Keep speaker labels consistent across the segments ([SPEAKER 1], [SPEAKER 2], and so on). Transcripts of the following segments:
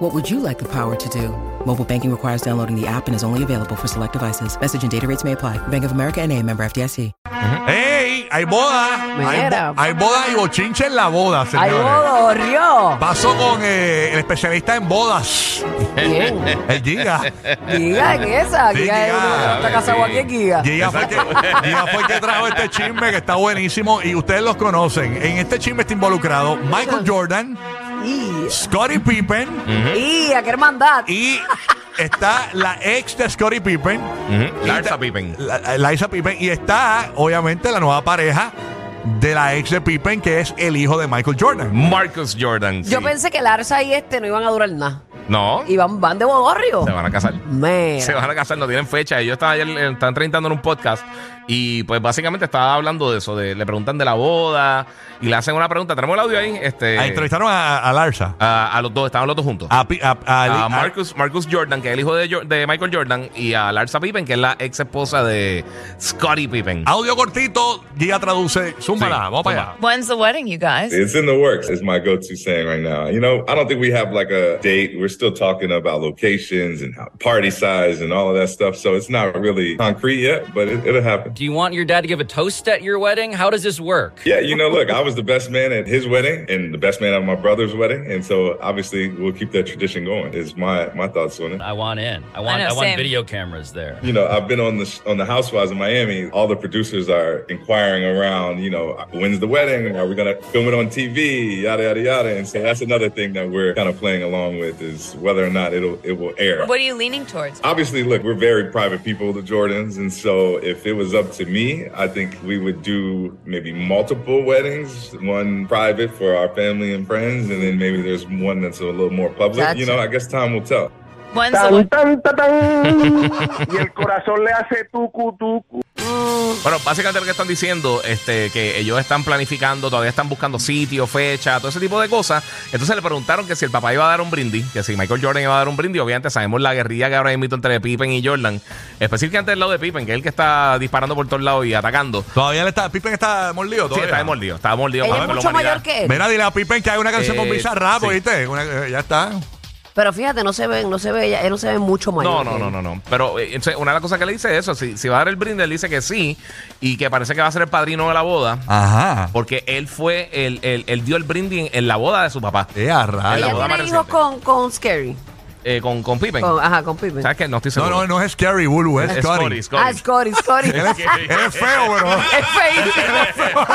[SPEAKER 1] What would you like the power to do? Mobile banking requires downloading the app and is only available for select devices. Message and data rates may apply. Bank of America and a member FDIC.
[SPEAKER 2] ¡Ey! Hay boda. Hay,
[SPEAKER 3] Mira.
[SPEAKER 2] bo- hay boda y bochinche en la boda,
[SPEAKER 3] ¡Ay,
[SPEAKER 2] señores.
[SPEAKER 3] bodorrio!
[SPEAKER 2] Paso con eh, el especialista en bodas,
[SPEAKER 4] Eh,
[SPEAKER 3] ¿Quién?
[SPEAKER 2] el Giga.
[SPEAKER 3] Giga en esa.
[SPEAKER 2] Sí,
[SPEAKER 3] Giga es
[SPEAKER 2] Giga.
[SPEAKER 3] uno-
[SPEAKER 4] eh,
[SPEAKER 3] está casado aquí, Giga.
[SPEAKER 2] Giga fue, el que, Giga fue el que trajo este chisme que está buenísimo y ustedes los conocen. En este chisme está involucrado Michael Jordan,
[SPEAKER 3] Y,
[SPEAKER 2] Scottie Pippen
[SPEAKER 3] y a qué hermandad.
[SPEAKER 2] y está la ex de Scottie Pippen,
[SPEAKER 4] Larsa Pippen.
[SPEAKER 2] la- Liza Pippen, y está obviamente la nueva pareja de la ex de Pippen que es el hijo de Michael Jordan.
[SPEAKER 4] Marcus Jordan.
[SPEAKER 3] Yo
[SPEAKER 4] sí.
[SPEAKER 3] pensé que Larsa y este no iban a durar nada.
[SPEAKER 4] No,
[SPEAKER 3] Y van, van de bodorrio.
[SPEAKER 4] se van a casar.
[SPEAKER 3] Mira.
[SPEAKER 4] Se van a casar, no tienen fecha. Ellos estaban ayer, eh, están entrevistando en un podcast y pues básicamente estaba hablando de eso, de, le preguntan de la boda y le hacen una pregunta. Tenemos el audio ahí, este,
[SPEAKER 2] Ah, entrevistaron a, a Larsa.
[SPEAKER 4] a, a los dos, estaban los dos juntos.
[SPEAKER 2] A, Pi- a- a-
[SPEAKER 4] A
[SPEAKER 2] a-
[SPEAKER 4] Marcus, Marcus Jordan, que es el hijo de, Jo- de Michael Jordan, y a Larsa Pippen, que es la ex esposa de Scottie Pippen.
[SPEAKER 2] Audio cortito, Giga traduce. Ah, Zúmbala,
[SPEAKER 4] Sí,
[SPEAKER 2] vamos para
[SPEAKER 4] zumba.
[SPEAKER 2] allá.
[SPEAKER 5] When's the wedding, you guys?
[SPEAKER 6] It's in the works, is my go to saying right now. You know, I don't think we have like a date. We're still talking about locations and how, party size and all of that stuff. So it's not really concrete yet, but it, it'll happen.
[SPEAKER 7] Do you want your dad to give a toast at your wedding? How does this work?
[SPEAKER 6] Yeah, you know, look, I was the best man at his wedding and the best man at my brother's wedding. And so obviously we'll keep that tradition going, is my, my thoughts on it.
[SPEAKER 7] I want in. I want.
[SPEAKER 5] know,
[SPEAKER 7] I, want
[SPEAKER 5] same.
[SPEAKER 7] video cameras there.
[SPEAKER 6] You know, I've been on the sh- on the Housewives in Miami. All the producers are inquiring around. You know, when's the wedding? Are we gonna film it on TV? Yada yada yada. And so that's another thing that we're kind of playing along with is whether or not it'll it will air.
[SPEAKER 5] What are you leaning towards?
[SPEAKER 6] Obviously, look, we're very private people, the Jordans, and so if it was up to me, I think we would do maybe multiple weddings, one private for our family and friends, and then maybe there's one that's a little more public. You know, I guess time will tell.
[SPEAKER 5] When's the
[SPEAKER 8] Tan, tan, tan, tan. y el corazón le hace tucu, tucu.
[SPEAKER 4] Bueno, básicamente lo que están diciendo, este, que ellos están planificando, todavía están buscando sitio, fecha, todo ese tipo de cosas. Entonces le preguntaron que si el papá iba a dar un brindis, que si Michael Jordan iba a dar un brindis. Obviamente sabemos la guerrilla que ahora mismo entre Pippen y Jordan. Específicamente del lado de Pippen, que es el que está disparando por todos lados y atacando.
[SPEAKER 2] Todavía le está, Pippen está mordido
[SPEAKER 4] Sí,
[SPEAKER 2] todavía.
[SPEAKER 4] está mordido, está mordido.
[SPEAKER 3] Ella
[SPEAKER 4] más
[SPEAKER 3] es
[SPEAKER 4] por la
[SPEAKER 3] mucho
[SPEAKER 4] humanidad.
[SPEAKER 3] mayor que él.
[SPEAKER 2] Mira, dile a Pippen que hay una canción con
[SPEAKER 4] Eh,
[SPEAKER 2] Bizarrap,
[SPEAKER 4] sí.
[SPEAKER 2] ¿viste? Una- eh, ya está.
[SPEAKER 3] Pero fíjate, no se ven, no se ve, ella- él no se ve mucho mayor.
[SPEAKER 4] No,
[SPEAKER 3] que
[SPEAKER 4] no,
[SPEAKER 3] él.
[SPEAKER 4] no, no, no. Pero eh, entonces, una de las cosas que le dice es eso, si, si va a dar el brindis, él dice que sí, y que parece que va a ser el padrino de la boda,
[SPEAKER 2] Ajá.
[SPEAKER 4] porque él fue, el él, él dio el brindis en, en la boda de su papá,
[SPEAKER 2] Eh, a rayos.
[SPEAKER 4] En la boda
[SPEAKER 3] Ella
[SPEAKER 4] más
[SPEAKER 3] tiene hijos
[SPEAKER 4] reciente.
[SPEAKER 3] con, con Scary.
[SPEAKER 4] eh, con, con Pippen.
[SPEAKER 3] Con- ajá, con Pippen.
[SPEAKER 4] ¿Sabes qué? No estoy
[SPEAKER 2] No,
[SPEAKER 4] seguro.
[SPEAKER 2] no, no es Scary Woolworth, es
[SPEAKER 4] Es
[SPEAKER 2] Scotty.
[SPEAKER 4] Scotty,
[SPEAKER 3] Ah,
[SPEAKER 4] Scotty.
[SPEAKER 3] Scary, Scary.
[SPEAKER 2] Él es, él es feo, pero.
[SPEAKER 3] es feísimo.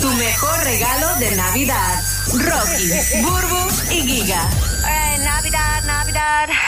[SPEAKER 9] Tu mejor regalo de Eh, Navidad. Rocky, Burbu y Giga. Navidad, Navidad.